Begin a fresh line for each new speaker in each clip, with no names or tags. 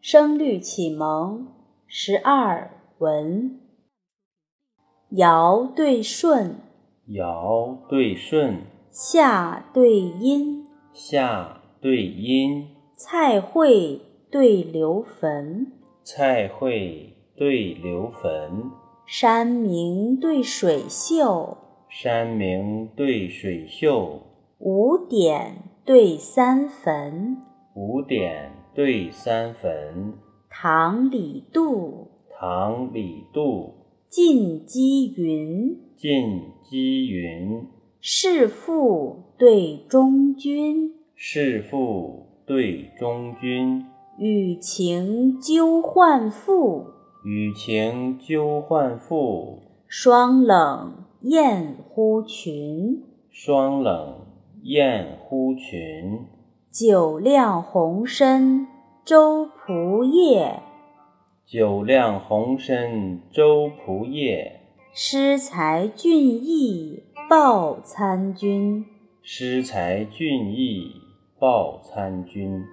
声律启蒙十二文，尧对舜，
尧对舜，
夏对殷，
夏对殷，
蔡惠对刘坟，
蔡惠对刘坟，
山明对水秀，
山明对水秀，
五点对三坟，
五点对三坟，
堂里杜，
堂里杜，
晋积云，
晋积云，
士父对中君，
士父对中君，
雨晴纠患妇，
雨晴纠患妇，
霜冷雁呼群。
霜冷雁呼群。
酒酿红参周仆夜，
酒酿红参周仆夜，
诗才俊逸报参军。
诗才俊逸报参军。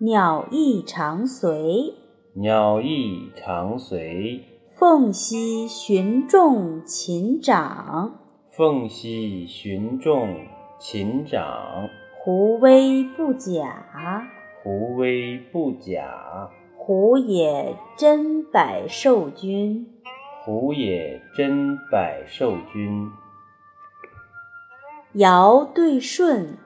鸟意长随，
鸟意长随，
凤兮寻众禽长。
凤兮寻众禽长。
胡威不假，
胡威不假，
胡也真百兽君。
胡也真百兽君。
尧对舜，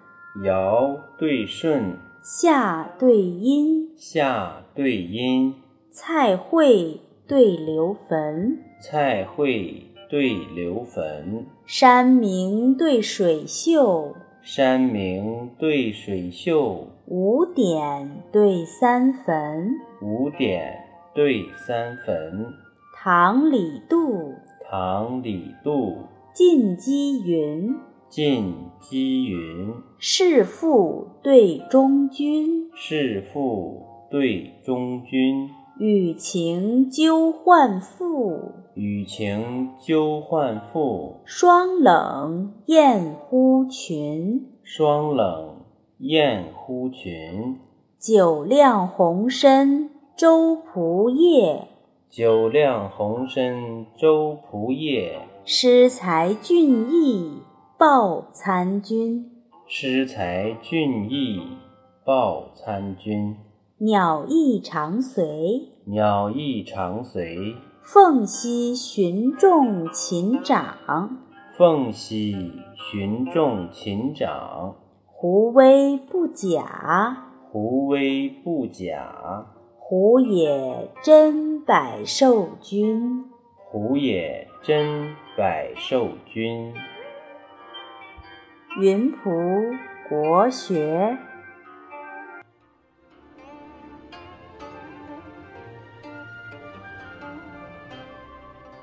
尧对舜，
夏对殷，
夏对殷，
蔡惠对刘坟，
蔡惠对刘坟，
山明对水秀，
山明对水秀，
五点对三坟，
五点对三坟，
堂里杜，
堂里杜，
晋积云，
晋积云，
士父对中君，
士父对中君，
雨晴纠患妇，
雨晴纠患妇，
霜冷雁呼群。
霜冷雁呼群。
酒酿红参周仆夜，
酒酿红参周仆夜，
诗才俊逸报参军。
诗才俊逸报参军。
鸟意长随，
鸟意长随，
凤兮寻众禽长。
凤兮寻众禽长。
胡威不假，
胡威不假，
胡也真百兽君。
胡也真百兽君。
云仆国学。